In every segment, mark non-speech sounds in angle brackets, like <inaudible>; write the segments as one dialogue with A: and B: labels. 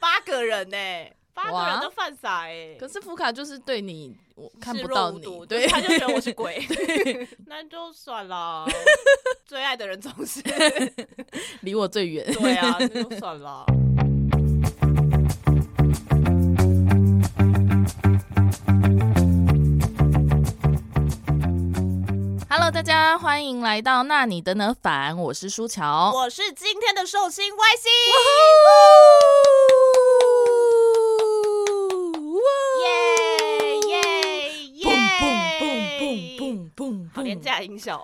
A: 八个人呢、欸八个人
B: 哇
A: 都犯傻哎、
B: 可是福卡就是对你，我看
A: 视
B: 不
A: 若
B: 到
A: 无睹
B: 你，
A: 就
B: 对，
A: 他就觉得我是鬼， <laughs> 那就算了。最爱的人总
B: <laughs>
A: 是
B: <laughs> 离我最远。
A: <laughs> 对啊，那就算了。
B: Hello，大家欢迎来到那你的呢凡，我是舒乔。
A: 我是今天的寿星 Y C，耶耶耶！
B: 蹦蹦蹦蹦蹦
A: 好
B: 蹦
A: 廉
B: 蹦，
A: 价音
B: <laughs>
A: 效，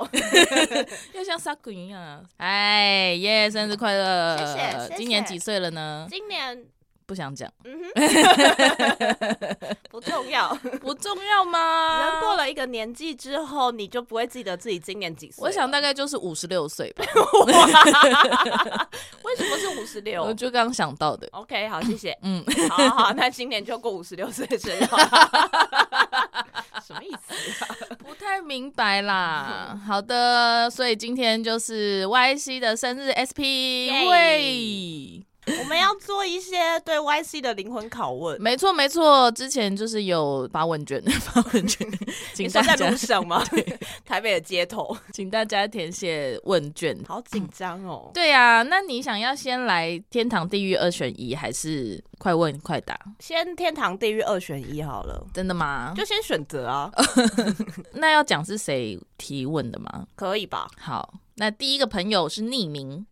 B: 要像杀鬼一样啊！哎耶，生日快
A: 谢谢
B: 乐！
A: 谢谢
B: 今年几岁了呢？
A: 今年
B: 不想讲，
A: 嗯哼，不重
B: <laughs>
A: 要。
B: 不重要吗？
A: 人过了一个年纪之后，你就不会记得自己今年几岁了。
B: 我想大概就是五十六岁吧，
A: 为什么是五十
B: 我
A: 六
B: 就刚想到的。
A: ？OK，好，谢谢。
B: 嗯，
A: 好好好，那今年就过五十六岁生日了。什么意思、啊？
B: 不太明
A: <laughs>
B: 白啦。好的，所以今天就是 YC 的生日 SP
A: 耶
B: 喂，
A: 我们要做一些对 YC 的灵魂拷问。
B: 没错没错，之前就是有发问卷，发问卷，
A: 你
B: 请
A: 说
B: 大
A: 在
B: 家
A: 路上吗？ <laughs> 台北的街头，
B: 请大家填写问卷。
A: 好紧张哦。
B: 对呀、那你想要先来天堂地狱二选一，还是快问快答？
A: 嗯先天堂地狱二选一好了，
B: 真的吗？
A: 就先选择啊，
B: 那要讲是谁提问的吗？
A: 可以吧？
B: 好，那第一个朋友是匿名，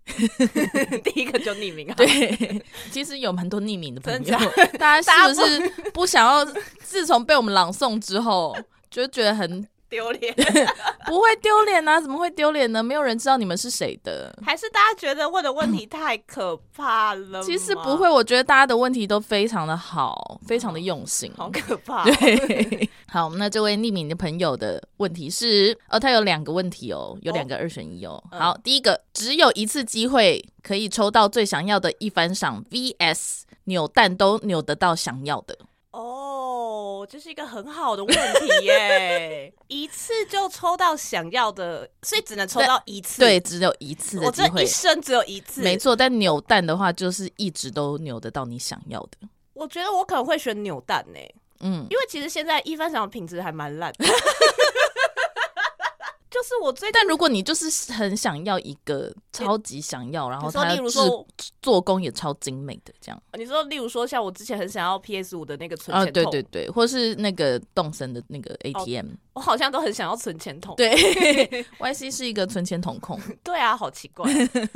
A: 第一个就匿名啊。
B: 对，其实有蛮多匿名的朋
A: 真
B: 友
A: 假，
B: <laughs> 大家是不是不想要？自从被我们朗诵之后，就觉得很
A: 丢脸。
B: 不会丢脸啊？怎么会丢脸呢？没有人知道你们是谁的。
A: 还是大家觉得问的问题太可怕了吗？
B: 其实不会，我觉得大家的问题都非常的好，非常的用心。
A: 好可怕。哦
B: 对， <laughs> 好，那这位匿名的朋友的问题是，哦，他有两个问题哦，有两个二选一哦。
A: 嗯
B: 好，第一个，只有一次机会可以抽到最想要的一番赏 VS 扭蛋都扭得到想要的，
A: 哦，这是一个很好的问题耶， <laughs> 一次就抽到想要的，所以只能抽到一次。
B: 对，，只有一次的
A: 我
B: 机
A: 这一
B: 会。
A: 生只有一次。
B: 没，错，但扭蛋的话，就是一直都扭得到你想要的。
A: 我觉得我可能会选扭蛋呢，
B: 嗯，
A: 因为其实现在一番赏的品质还蛮烂的。 <laughs> 就是我最
B: 但如果你就是很想要一个超级想要，然后
A: 你说
B: 它
A: 例如
B: 制
A: 说
B: 做工也超精美的这样
A: 你说，例如说像我之前很想要 PS 五的那个存
B: 啊，
A: 钱
B: 对
A: 筒，
B: 对对，或是那个动森的那
A: 哦
B: 个 ATM，、
A: 我好像都很想要存钱筒。
B: <laughs> 对，YC 是一个存钱
A: <laughs>
B: 筒控，
A: 对啊，好奇
B: <laughs>
A: 怪哦。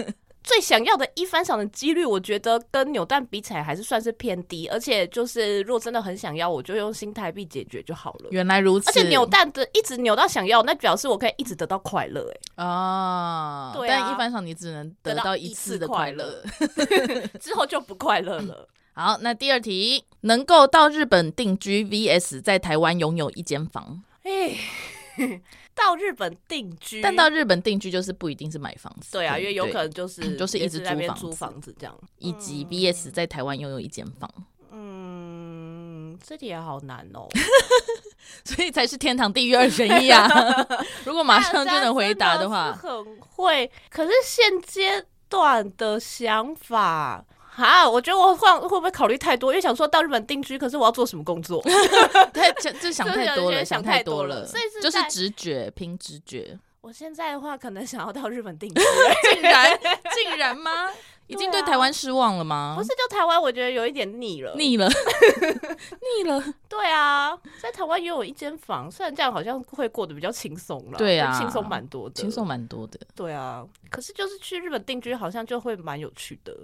A: 最想要的一番赏的几率，我觉得跟扭蛋比起来还是算是偏低，而且就是如果真的很想要，我就用新台币解决就好了。
B: 原来如此。
A: 而且扭蛋的一直扭到想要，那表示我可以一直得到快乐、欸，
B: 啊，
A: 对啊
B: 但一般上你只能得
A: 得到
B: 到
A: 一
B: 一
A: 次
B: 次的
A: 快
B: 快
A: 乐
B: 乐。
A: 哎，之后就不快乐
B: <laughs>
A: 了。
B: 好，那第二题，能够到日本定居 VS 在台湾拥有一间房，
A: 哎、到日本定居，
B: 但到日本定居就是不一定是买房子，
A: 对啊，因为有可能就是
B: 对就是一直
A: 也在那边租
B: 租房
A: 房子这样。
B: 以及 VS 在台湾拥有一间房，
A: 嗯，这题也好难哦。
B: 所以才是天堂地狱二选一
A: <laughs>
B: 啊！ <laughs> 如果马上就能回答
A: 的
B: 话，
A: 很会。可是现阶段的想法。哈，我觉得我换会不会考虑太多？因为想说到日本定居，可是我要做什么工
B: <laughs>
A: 作？
B: 太这这想太
A: 就
B: 多
A: 是有些
B: 了，
A: 想太
B: 太
A: 多了
B: 了，
A: 所以是
B: 就是
A: 在
B: 直觉，凭直
A: <laughs>
B: 觉。
A: 我现在的话，可能想要到日本定
B: <laughs>
A: 居。
B: 竟然竟然吗？已经
A: 对
B: 对
A: 啊
B: 台湾失望了吗？
A: 不是，就台湾，我觉得有一点腻了。
B: 腻了， <laughs> 腻了。
A: 对啊，在台湾也有一间房，虽然这样好像会过得比较轻松了，
B: 对啊
A: 就轻松蛮多的，
B: 轻松。蛮多的。
A: 对啊，可是就是去日本定居，好像就会蛮有趣
B: <laughs>
A: 的。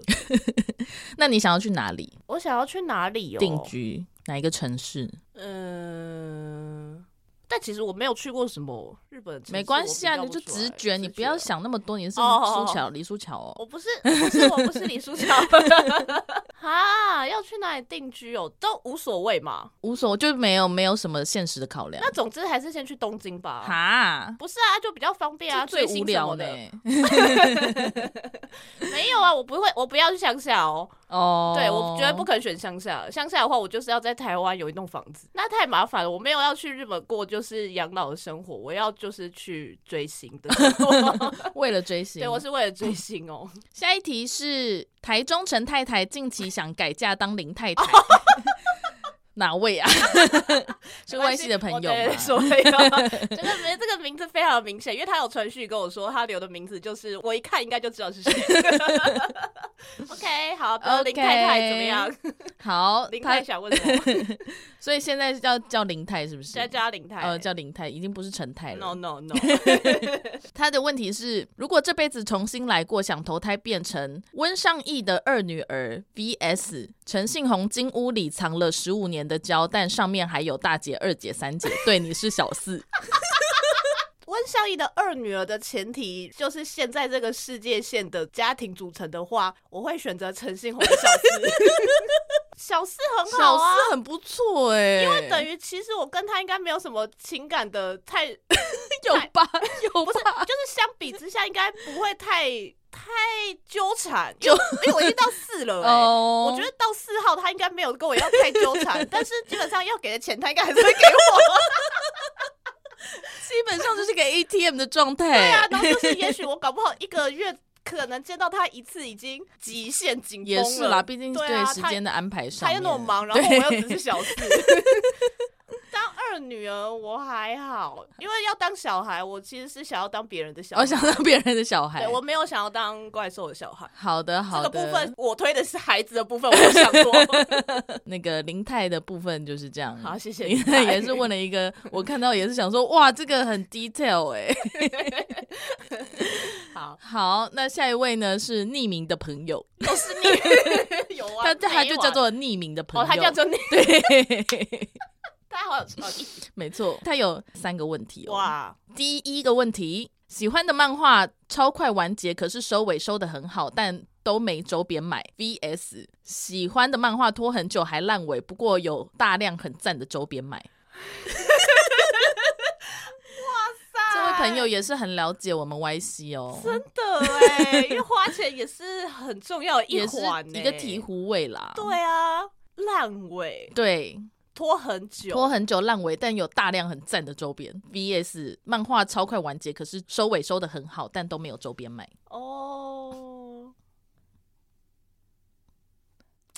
B: 那你想要去哪里
A: 我想要去哪里、哦、
B: 定居？哪一个城市？
A: 嗯，但其实我没有去过什么日本城市，
B: 没关系啊，
A: 我比
B: 你
A: 较
B: 就
A: 不出来
B: 直觉，你不要。想那么多。你是
A: 啊哦哦哦
B: 苏乔，李苏乔哦。
A: 我不是， <laughs> 我不是，我不是李书 <laughs> 乔啊！要去哪里定居哦，都无所谓嘛。
B: 无所，就没有没有什么现实的考量
A: 那。总之还是先去东京吧。
B: 哈，
A: 不是啊，就比较方便啊，
B: 这最
A: 追星
B: 无
A: 什
B: 聊
A: 么
B: 呢
A: 的。。
B: <laughs>
A: 没有啊，我不会，我不要去乡下哦。
B: 哦，
A: 对，我绝对不可能选乡下。乡下的话，我就是要在台湾有一栋房子，那太麻烦了。我没有要去日本过就是养老的生活，我要就是去追星的生活。
B: 为了追星。 <laughs>
A: 对，我是为了追星哦。
B: 下一题是台中陈太太近期想改嫁当林太太。
A: 哦
B: <laughs> 哪位啊？ <laughs> 是外系的朋
A: <laughs>
B: 友
A: 对，
B: 吗？
A: 所以
B: <laughs>
A: 哦这个名这个名字非常明显，因为他有传讯跟我说，他留的名字就是我一看应该就知道是
B: <laughs>
A: 谁。OK，好的，林太太怎么样？
B: 好，
A: 林
B: 他
A: 太想问什
B: <laughs>
A: 么？
B: 所以现在叫叫林太是不是？
A: 现在叫他林太。
B: 呃叫林太，已经不是陈太
A: No。
B: 了
A: No No， <laughs>
B: 他的问题是，如果这辈子重新来过，想投胎变成温尚义的二女儿 VS 陈信宏金屋里藏了十五年的胶，但上面还有大姐、二姐、三姐，对你是小四。
A: 温孝义的二女儿的前提就是现在这个世界线的家庭组成的话，我会选择陈信宏的小
B: <laughs>
A: 四。小四很好
B: 小
A: 啊，
B: 四很不错哎、因为
A: 等于其实我跟他应该没有什么情感的太，就
B: 有吧，有
A: 不是
B: 吧，
A: 是相比之下应该不会太太纠缠，就因为我已经到四
B: <laughs>
A: 了、欸。
B: 哦
A: 我觉得到四号他应该没有跟我要太纠缠，但是基本上要给的钱他应该还是会给
B: <laughs>
A: 我。
B: 基本上就是个 ATM 的状态。
A: 对啊，然后就是也许我搞不好一个月可能见到他一次已经极限紧绷
B: 也
A: 了。
B: 是啦，毕竟
A: 对啊
B: 时间的安排上
A: 他
B: 面，
A: 又那么忙，然后我又只是
B: 对
A: 小
B: <laughs>
A: 四。当二女儿我还好，因为要当小孩，我其实是想要当别人的小孩，
B: 我想当别人的哦小孩
A: 对。我没有想要当怪兽的小孩。
B: 好的，
A: 这
B: 好
A: 个
B: 的。
A: 部分我推的是孩子的部分，我有想
B: <laughs>
A: 过。
B: 那个林泰的部分就是这样。
A: 好，谢谢
B: 林 <laughs>
A: 你。
B: 泰也是问了一个，我看到也是想说，哇，这个很 detail 哎、
A: 好，
B: <laughs> 好，那下一位呢是匿名的朋友，
A: 都是
B: <laughs>
A: 你有啊，
B: 他他就
A: 没完
B: 叫做匿名的朋友，
A: 哦，他叫做你，
B: 对，
A: 他好有创意
B: 没错，他有三个问题、哦、
A: 哇！
B: 第一个问题，喜欢的漫画超快完结，可是收尾收的很好，但都没周边买。VS 喜欢的漫画拖很久还烂尾，不过有大量很赞的周边买。 <laughs> 这位朋友也是很了解我们 YC 哦，
A: 真的哎、因为花钱也是很重要的一
B: 也是
A: 环、欸，
B: 一个醍醐味啦。
A: 对啊，烂尾
B: 对，
A: 拖很久，
B: 拖很久烂尾，但有大量很赞的周边。VS 漫画超快完结，可是收尾收的很好，但都没有周边买。
A: 哦，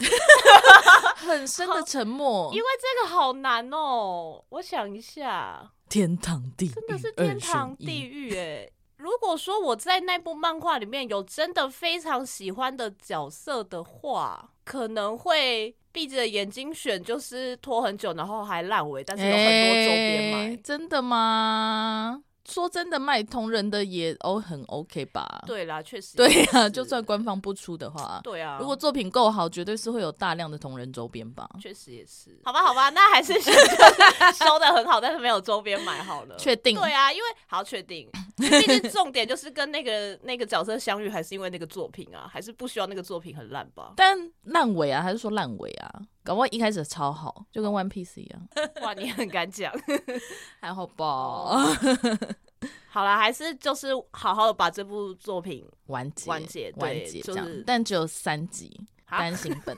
A: 啊
B: 很深的沉默，
A: 因为这个好难哦，我想一下，
B: 天堂地狱
A: 真的是天堂地
B: 狱。
A: 狱哎。如果说我在那部漫画里面有真的非常喜欢的角色的话，可能会闭着眼睛选，就是拖很久，然后还烂尾，但是有很多周边买。
B: 啊哎真的吗？说真的，卖同人的也哦很 OK 吧？
A: 对啦，确实
B: 对呀、
A: 也是
B: 就算官方不出的话，
A: 对啊，
B: 如果作品够好，绝对是会有大量的同人周边吧？
A: 确实也是，好吧，好吧，那还
B: <laughs>
A: 是选择收的很好，但是没有周边买好了。
B: 确定
A: 对啊，因为好确定，毕竟重点就是跟那个那个角色相遇，还是因为那个作品啊，还是不需要那个作品很烂吧？
B: 但烂尾啊，还是说烂尾啊？搞不好一开始超好，就跟 One Piece 一样，
A: 哇，你很敢讲。 <laughs>
B: 还好吧？
A: 好啦，还是就是好好的把这部作
B: <laughs>
A: 品
B: <laughs> 完结，
A: 完结对
B: 完结
A: 就
B: 这样，
A: 是
B: 但只有三集
A: 啊
B: 单行本，，，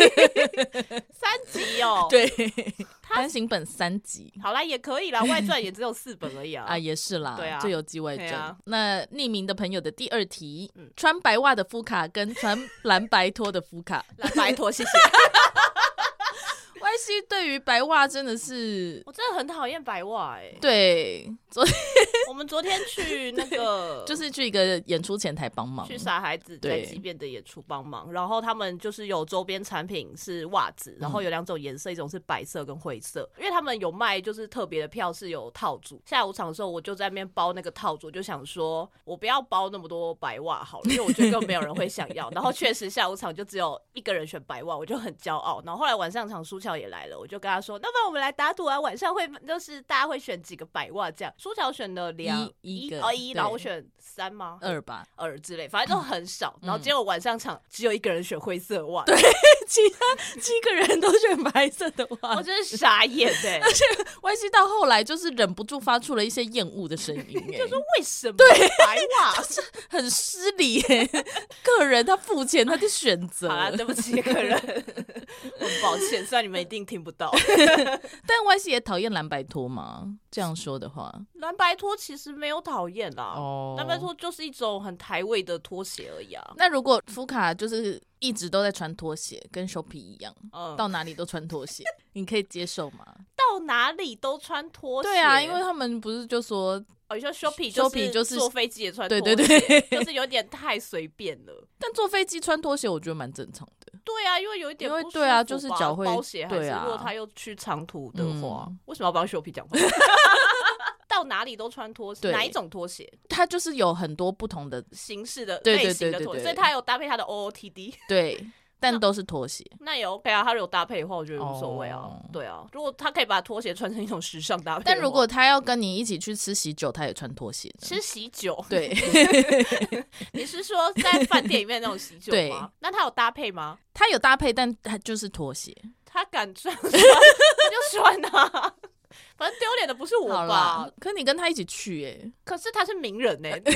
A: 三集哦
B: <laughs> 对， <laughs> 单行本三集，
A: 好啦，也可以啦，外传也只有四本而
B: <laughs>
A: 已啊。
B: 啊，也是啦，
A: 对啊
B: 就有机会
A: 对
B: 症。
A: 啊
B: 那匿名的朋友的第二题，
A: 嗯
B: 穿白袜的夫卡跟穿蓝白拖的夫卡
A: 来，拜托，谢谢。
B: <laughs>
A: <laughs>
B: ，Y C 对于白袜真的是
A: 我真的很讨厌白袜哎、
B: <laughs> 对，昨
A: 我们昨天去那个
B: 就是去一个演出前台帮忙
A: 去，傻孩子在
B: 对
A: 即便的演出帮忙，然后他们就是有周边产品是袜子，然
B: 嗯
A: 后有两种颜色，一种是白色跟灰色，因为他们有卖就是特别的票是有套组。下午场的时候我就在那边包那个套组，就想说我不要包那么多白袜好了，因为我觉得根本没有人会想要。然后确实下午场就只有一个人选白袜，我就很骄傲。然后后来晚上场苏乔也来了，我就跟他说，那么我们来打赌啊，晚上会就是大家会选几个白袜这样。苏乔选了两
B: 一一个
A: 哦一，然后我
B: 对呃
A: 选三吗？
B: 二吧，
A: 耳之类，反正都很少。然后结果晚上场只有一个人选灰色袜，
B: 其他七个人都选白色的
A: 我
B: <laughs> 袜。
A: 真是傻眼 <laughs> 哎、
B: Y C 到后来就是忍不住发出了一些厌恶的声 <laughs> 音、哎，就说
A: 为什么白 <laughs> 袜？
B: 很失礼、哎， <laughs> 个人他付钱他的选
A: <laughs>
B: 择， <laughs>
A: 好啦，对不起，个人，我很抱歉。虽然你们一定定听不到。
B: 但 Y C 也讨厌蓝白拖吗？这样说的话，
A: <laughs> 蓝白拖其实没有讨厌啦，
B: 哦
A: 蓝白拖就是一种很台味的拖鞋而已啊。
B: 那如果福卡就是一直都在穿拖鞋，跟修皮一样，
A: 嗯，到
B: 到哪里都穿拖 <laughs> 鞋，你可以接受吗？
A: 到哪里都穿拖鞋。
B: 对啊，因为他们不是就说，
A: 哦，你说 shopping
B: Shopee 就是
A: 坐飞机也穿拖
B: 对
A: 鞋，
B: 对对，
A: 就是有点太随便了。
B: <laughs> 但坐飞机穿拖鞋，我觉得蛮正常的。
A: 对啊，因为有一点
B: 因为
A: 不舒
B: 对啊
A: 服
B: 就是
A: 吧
B: 脚会
A: 包鞋还
B: 对
A: 是
B: 啊
A: 如果他又去长途的话，
B: 嗯
A: 为什么要帮 s h o p 讲话？ <laughs> 到哪里都穿拖鞋，
B: 对
A: 哪一种拖鞋
B: 它就是有很多不同的
A: 形式的
B: 对对
A: 类型的
B: 对对
A: 拖
B: 对
A: 鞋，所以他有搭配他的 OOTD，
B: 对，但都是拖鞋。
A: <laughs> 那也 OK 啊。他如果搭配的话，我觉得无所谓啊。
B: 哦
A: 对啊，如果他可以把拖鞋穿成一种时尚搭配的话，
B: 但如果他要跟你一起去吃喜酒，他也穿拖鞋呢。
A: 吃喜酒，
B: <laughs> 对，
A: 你是说在饭店里面那种喜酒
B: <laughs> 对
A: 吗？那他有搭配吗？
B: 他有搭配，但他就是拖鞋。
A: 他敢穿， <laughs> 他就穿啊。 <laughs> 反正丢脸的不是我
B: 好
A: 吧
B: 啦？，可你跟他一起去耶、
A: 可是他是名人欸
B: <laughs>
A: 呢、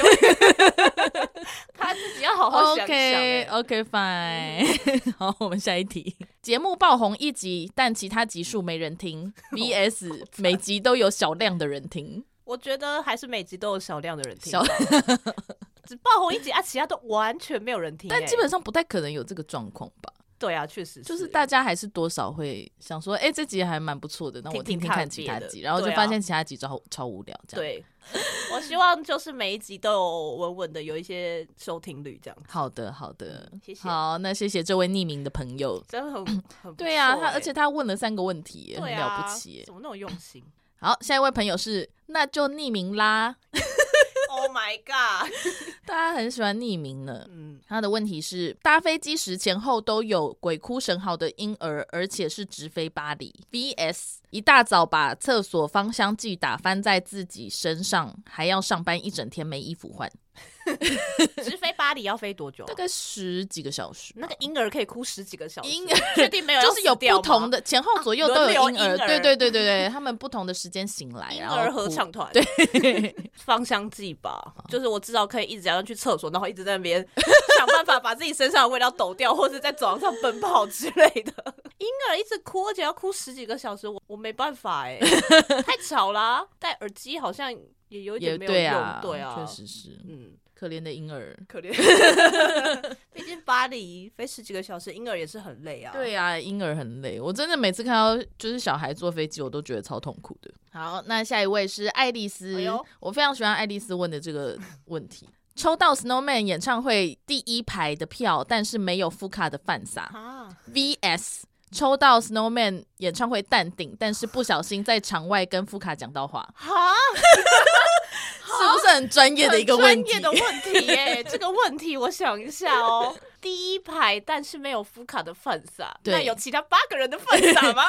A: <laughs> 他自己要好好想想、<laughs>
B: OK 呃
A: 欸。
B: OK
A: <laughs>
B: fine，好，我们下一题。节目爆红一集，但其他集数没人听。VS
A: <laughs>
B: 每集都有少量的人听，
A: 我觉得还是每集都有少量的人听
B: 小，
A: <laughs> 只爆红一集啊，其他都完全没有人听欸、
B: 但基本上不太可能有这个状况吧？
A: 对啊，确实
B: 就是大家还是多少会想说，哎、这集还蛮不错的，那我
A: 听听
B: 听听
A: 看
B: 看其他
A: 别
B: 集，
A: 的
B: 然后就
A: 对啊
B: 发现其他集超超无聊，这样。
A: 对。我希望就是每一集都有稳稳的有一些收听率，这样
B: 好的，好的，
A: 谢谢
B: 好，那嗯谢谢这位匿名的朋友。
A: 真
B: <clears throat>
A: 的很很不
B: 对啊，
A: 错
B: 他
A: 欸
B: 而且他问了三个问题耶，很
A: 对啊，
B: 了不起耶。
A: 怎么那么用心
B: 好，下一位朋友是，那就匿名 <laughs> 啦，
A: ？Oh my god！
B: 大家很喜欢匿名呢。
A: 嗯，
B: 他的问题是：搭飞机时前后都有鬼哭神嚎的婴儿，而且是直飞巴黎。VS 一大早把厕所芳香剂打翻在自己身上，还要上班一整天没衣服换，
A: 直飞巴黎要飞多久啊、
B: <laughs> 大概十几个小时吧。
A: 那个婴儿可以哭十几个小时，
B: 婴儿
A: 确定没有要
B: 就是有
A: 死掉
B: 不
A: 吗
B: 同的前后左右都
A: 轮
B: 有
A: 流
B: 啊婴儿，
A: 婴儿
B: 对对对对 <laughs> 对，他们不同的时间醒来，
A: 婴
B: 然后
A: 儿合
B: 哭
A: 唱团，啊对， <laughs> 芳香剂吧，就是我至少可以一直要去厕所，然后一直在那边想办法把自己身上的味道抖掉，或者在走廊上奔跑之类的。婴儿一直哭，而且要哭十几个小时，我我没办法哎、太吵啦、戴耳机好像也有一点
B: 也
A: 没有
B: 对
A: 用，
B: 啊，
A: 对啊，
B: 确，实是
A: 嗯，
B: 可怜的婴儿。
A: 可怜。 <laughs> 毕竟巴黎飞十几个小时，婴儿也是很累啊。
B: 对啊，婴儿很累，我真的每次看到就是小孩坐飞机，我都觉得超痛苦的。好，那下一位是爱丽丝，
A: 哎呦
B: 我非常喜欢爱丽丝问的这 <laughs> 个问题。抽到 Snowman 演唱会第一排的票，但是没有副卡的饭撒。
A: 啊，
B: VS 抽到 Snowman 演唱会淡定，但是不小心在场外跟副卡讲到话，
A: 哈，
B: 是不是很专业的一个问
A: 很
B: 题
A: 专业？的问题耶、这个问题我想一下哦。第一排，但是没有福卡的饭撒，
B: 对
A: 那有其他八个人的饭撒吗？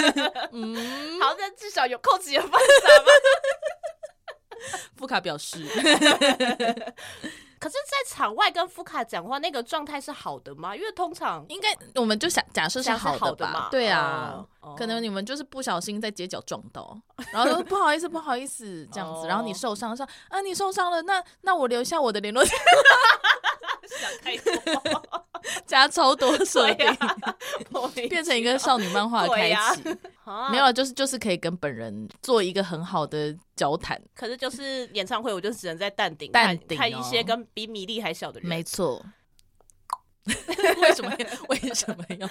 A: <laughs>
B: 嗯，
A: 好，那至少有扣子的饭撒吗？
B: 副卡表示，
A: 可是，在场外跟福卡讲话，那个状态是好的吗？因为通常
B: <laughs> 应该我们就想假设是
A: 像是
B: 好
A: 好
B: 吧？
A: 嘛，
B: 对啊。
A: 哦，
B: 可能
A: 你
B: 你们就是不小心在街角撞到，然后说不好意思，不好意思这样子，
A: 哦
B: 然后你受伤，说啊你受伤了，那那我留下我的联络
A: 想太
B: <laughs>
A: 多，
B: 加超多设
A: 对
B: 定，
A: 呀， <laughs> 莫名
B: <laughs> 变成一个少女漫画的开
A: 对呀
B: 启。
A: 啊
B: <laughs> 没有，就是就是可以跟本人做一个很好的交谈，
A: 可是就是演唱会，我就只能在淡定
B: 淡
A: 看
B: 定
A: 看
B: 哦
A: 一些跟比米粒还小的人。
B: 错。 <laughs> 为什么要？为什么要？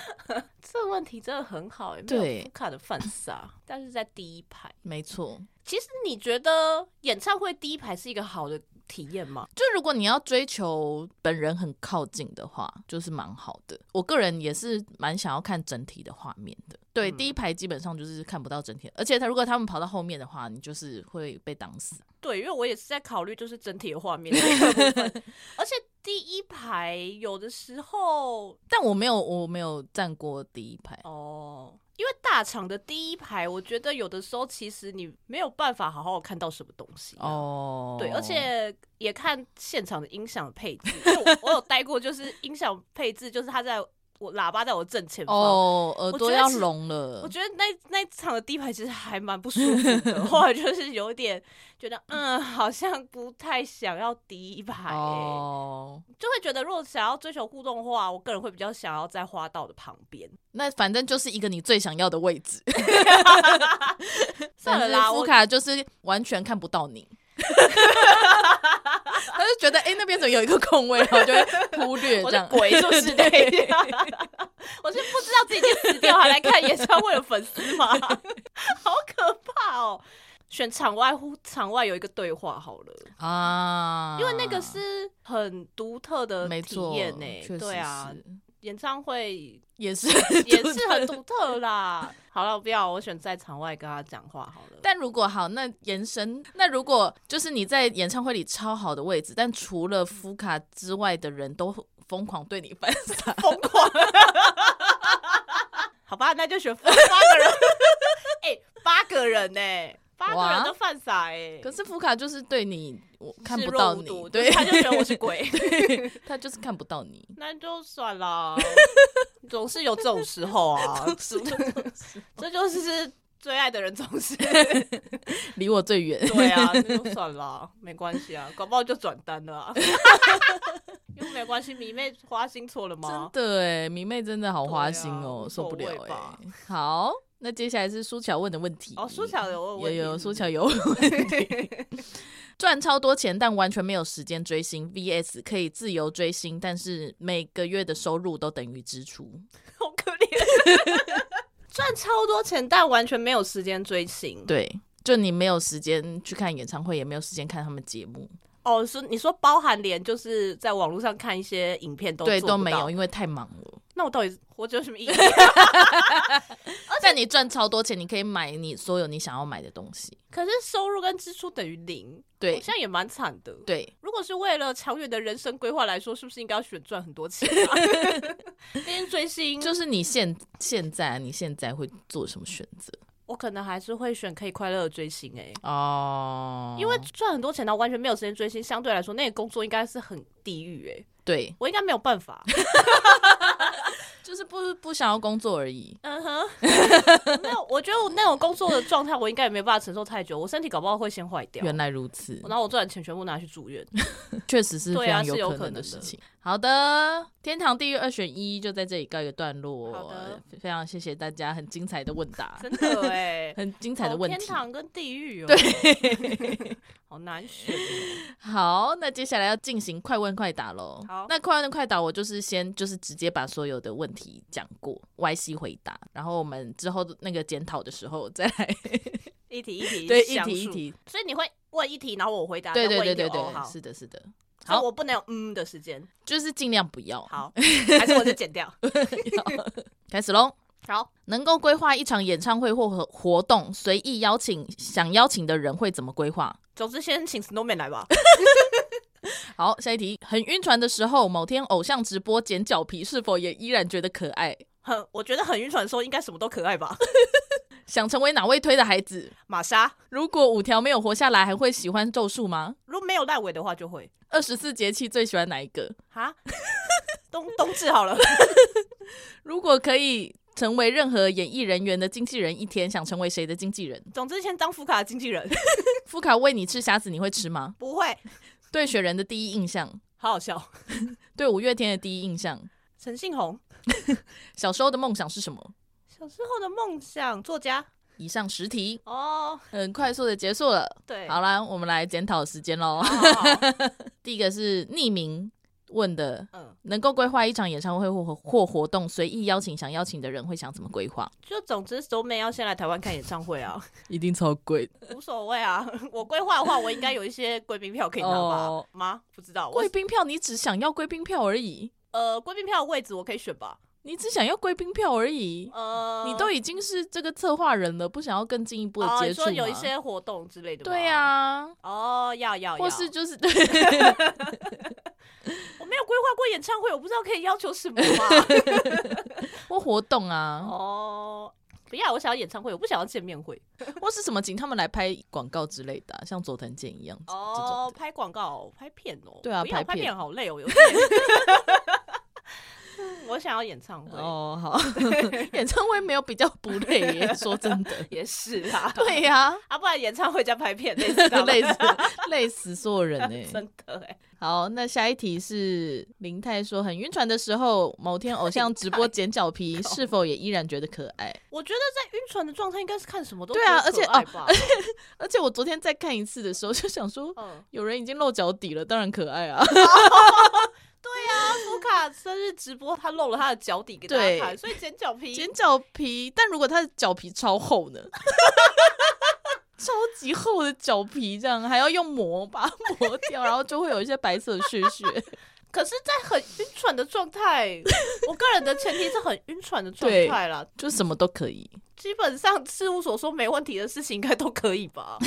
A: 这个问题真的很好、欸，没
B: 对
A: 有福卡的
B: <laughs>
A: 饭撒，但是在第一排。
B: 没错，
A: 其实你觉得演唱会第一排是一个好的体验吗？
B: 就如果你要追求本人很靠近的话，就是蛮好的。我个人也是蛮想要看整体的画面的。对，
A: 嗯
B: 第一排基本上就是看不到整体，而且他如果他们跑到后面的话，你就是会被挡死。
A: 对，因为我也是在考虑就是整体的画 <laughs> 面这个部分，而且第一排有的时候
B: 但我没有，我没有站过第一排。
A: 哦。因为大场的第一排，我觉得有的时候其实你没有办法好好看到什么东西、哦，
B: 哦，
A: 对，而且
B: <laughs>
A: 也看现场的音响配置。因为我我有待过，就是音响配置，就是它在我喇叭在我正前方。
B: 哦，耳
A: 我
B: 朵
A: 觉得
B: 要
A: 是
B: 聋了
A: 我。觉得那那一场的第一排其实还蛮不舒服的，
B: <laughs>
A: 后来就是有点觉得，嗯，好像不太想要第一排、欸，
B: 哦，
A: 就会觉得如果想要追求互动的话，我个人会比较想要在花道的旁边。
B: 那反正就是一个你最想要的位置。
A: 算了啦，
B: 福
A: 我
B: 卡就是完全看不到你。 <laughs> 他就觉得哎、诶那边怎么有一个空位，然后就会忽略
A: 我是
B: 这样。 <laughs>
A: 鬼就是的，我是不知道自己已经死掉还来看演唱会的粉丝吗？ <laughs> 好可怕哦！选场外互场外有一个对话好了，
B: 啊，
A: 因为那个是很独特的
B: 没
A: 体
B: 错
A: 验呢、
B: 确实
A: 对啊
B: 是，
A: 演唱会
B: 也是 <laughs>
A: 也是很独特啦。好了，不要，我选在场外跟他讲话好
B: <laughs>
A: 了。
B: 但如果好，那延伸，那如果就是你在演唱会里超好的位置，但除了福卡之外的人都疯狂对你犯傻，
A: 疯
B: <laughs>
A: 狂。好吧，那就选八个人。哎、八个人呢、八个人
B: 哇
A: 都犯傻哎、
B: 可是福卡就是对你，我看
A: 视
B: 不
A: 若
B: 到
A: 无睹
B: 你，对，
A: 他就觉得我是鬼，
B: <laughs> 他就是看不到你。
A: 那就算啦。总是有这种时候
B: <laughs>
A: 啊， <laughs> 这就是最爱的人总
B: <laughs>
A: 是
B: 离我最远，
A: 对
B: <laughs>
A: 啊，那就算啦，没关系啊，搞不好就转单了、啊， <laughs> 又没关系。迷妹花心错了吗
B: 真？的哎，迷妹真的好花心
A: 对啊
B: 哦，
A: 无
B: 受
A: 所
B: 不了
A: 谓吧
B: 哎。好，那接下来是苏乔问的问题。
A: 哦，苏巧有问
B: 有
A: 问题
B: 有
A: 是
B: 苏
A: 不是
B: 乔
A: <laughs>
B: 有 <laughs> 问题，赚超多钱但完全没有时间追星，VS 可以自由追星，但是每个月的收入都等于支出。
A: 好可怜，啊赚超多钱，但完全没有时间追星。
B: 对，就你没有时间去看演唱会，也没有时间看他们节目，
A: 哦，说你说包含连就是在网络上看一些影片都
B: 对，
A: 做
B: 都
A: 不
B: 没
A: 到
B: 有，，因为太忙了。
A: 那我到底活着有什么意义？ <laughs>
B: 但你赚超多钱，你可以买你所有你想要买的东西。
A: 可是收入跟支出等于零，
B: 对
A: 好像也蛮惨的。，
B: 对，
A: 如果是为了长远的人生规划来说，是不是应该要选赚很多钱、 <laughs> 啊？今天追星，就
B: 就是你现现在你现在会做什么选择？
A: 我可能还是会选可以快乐的追星、欸，
B: 哦
A: 因为赚很多钱，然后完全没有时间追星，相对来说那个工作应该是很地狱，哎，
B: 对，
A: 我应该没有办法。
B: 就是不不想要工作而已。
A: 嗯哼， <laughs> 没有，我觉得我那种工作的状态，我应该也没办法承受太久，我身体搞不好会先坏掉。
B: 原来如此，
A: 然后我赚的钱全部拿去住院。
B: 确实是非
A: 对啊
B: 常
A: 是有
B: 可
A: 可能
B: 能
A: 的
B: 的事情。好的，天堂地狱二选一就在这里告一个段落。
A: 好的，
B: 非常谢谢大家很精彩的问答，
A: 真的哎、 <laughs>
B: 很精彩的
A: 好
B: 问
A: 天
B: 题。
A: 堂跟地狱哦、对， <laughs> 好难选哦、
B: 好，那接下来要进行快问快答喽。
A: 好
B: 那快问快答，我就是先就是直接把所有的问题讲过，Y C 回答，然后我们之后那个检讨的时候再来
A: 一题一题，
B: 对一题一。题，
A: 所以你会问一题，然后我回答，
B: 对
A: 再
B: 对
A: 问一
B: 对
A: 题
B: 对
A: 哦
B: 对，
A: 好，
B: 是的，是的，
A: 所以
B: 好
A: 我不能有嗯的时间。
B: 就是尽量不要。 <laughs>
A: 好，还是我就剪掉。
B: 开始喽。
A: 好，
B: 能够规划一场演唱会或活活动，随意邀请想邀请的人会怎么规划？
A: 总之先请 Snowman 来吧。
B: 好，下一题。很晕船的时候，某天偶像直播剪脚皮，是否也依然觉得可爱？
A: 很，我觉得很晕船的时候应该什么都可爱吧。 <laughs>
B: 想成为哪位推的孩子？
A: 玛莎，
B: 如果五条没有活下来，还会喜欢咒术吗？
A: 如果没有烂尾的话，就会。
B: 二十四节气最喜欢哪一个？
A: 哈，
B: <laughs>
A: 冬冬至好了，
B: 如果可以成为任何演艺人员的经纪人一天，想成为谁的经纪人？ <laughs>
A: 总之先当福卡的经纪人， <laughs>
B: 富卡喂你吃虾子，你会吃吗？
A: 不会，
B: 对雪人的第一印象，
A: 好好笑。
B: 对五月天的第一印象，
A: 陈信宏，
B: 小时候的梦想是什么？
A: 小时候的梦想，作家。
B: 以上十题，
A: 哦，
B: 很快速的结束了。
A: 对，
B: 好啦，我们来检讨时间喽
A: 好，。好好
B: <laughs> 第一个是匿名问的，
A: 嗯，
B: 能够规划一场演唱会或或活动，随意邀请想邀请的人，会想怎么规划？
A: 就总之都妹要先来台湾看演唱会啊，
B: 一定超贵，
A: 无所谓啊。 <laughs> 我规划的话，我应该有一些贵宾票可以拿吧
B: 哦？
A: 吗？不知道，我
B: 贵宾票你只想要贵宾票而已，
A: 呃，贵宾票的位置我可以选吧？
B: 你只想要贵宾票而已，
A: 呃，
B: 你都已经是这个策划人了，不想要更进一步的
A: 哦，
B: 接
A: 你
B: 触吗、
A: 说有一些活动之类的吗？
B: 对呀、
A: 哦，要要要，
B: 或是就是 <laughs>
A: 我没有规划过演唱会，我不知道可以要求什么
B: <laughs>
A: 嘛。
B: 或活动啊，
A: 哦，不要，我想要演唱会，我不想要见面会。
B: <laughs> 或是什么请他们来拍广告之类的啊、像佐藤健一样子这种
A: 哦，
B: 的。
A: 拍广告、拍片哦，
B: 对啊
A: 不要
B: 拍
A: 拍
B: 片
A: 片好累哦，有点。 <laughs> 我想要演唱会，
B: 哦，好， <laughs> 演唱会没有比较不累
A: <laughs>
B: 耶，说真的，
A: 也是啦。
B: 对呀、
A: 啊，不然演唱会加拍片，类似。
B: <laughs> 累死累死所有人哎
A: <laughs> 真的哎、
B: 好，那下一题是林泰说，很晕船的时候，某天偶像直播剪
A: <laughs>
B: 脚皮，是否也依然觉得可爱？
A: 我觉得在晕船的状态应该是看什么都
B: 对
A: 觉得
B: 啊
A: 可
B: 而且
A: 爱吧
B: 而且我昨天再看一次的时候，就想说，
A: 嗯，
B: 有人已经露脚底了，当然可爱啊。
A: 啊福卡生日直播他露了他的脚底给大
B: 对
A: 家看，所以剪脚皮
B: 剪脚皮，但如果他的脚皮超厚 <laughs> 呢？超级厚的脚皮，这样还要用膜把它磨掉，然后就会有一些白色血血。
A: 可是，在很晕船的状态，我个人的前提是很晕船的状态啦。
B: <laughs> 就什么都可以。
A: 基本上事务所说没问题的事情，应该都可以
B: <laughs>
A: 吧？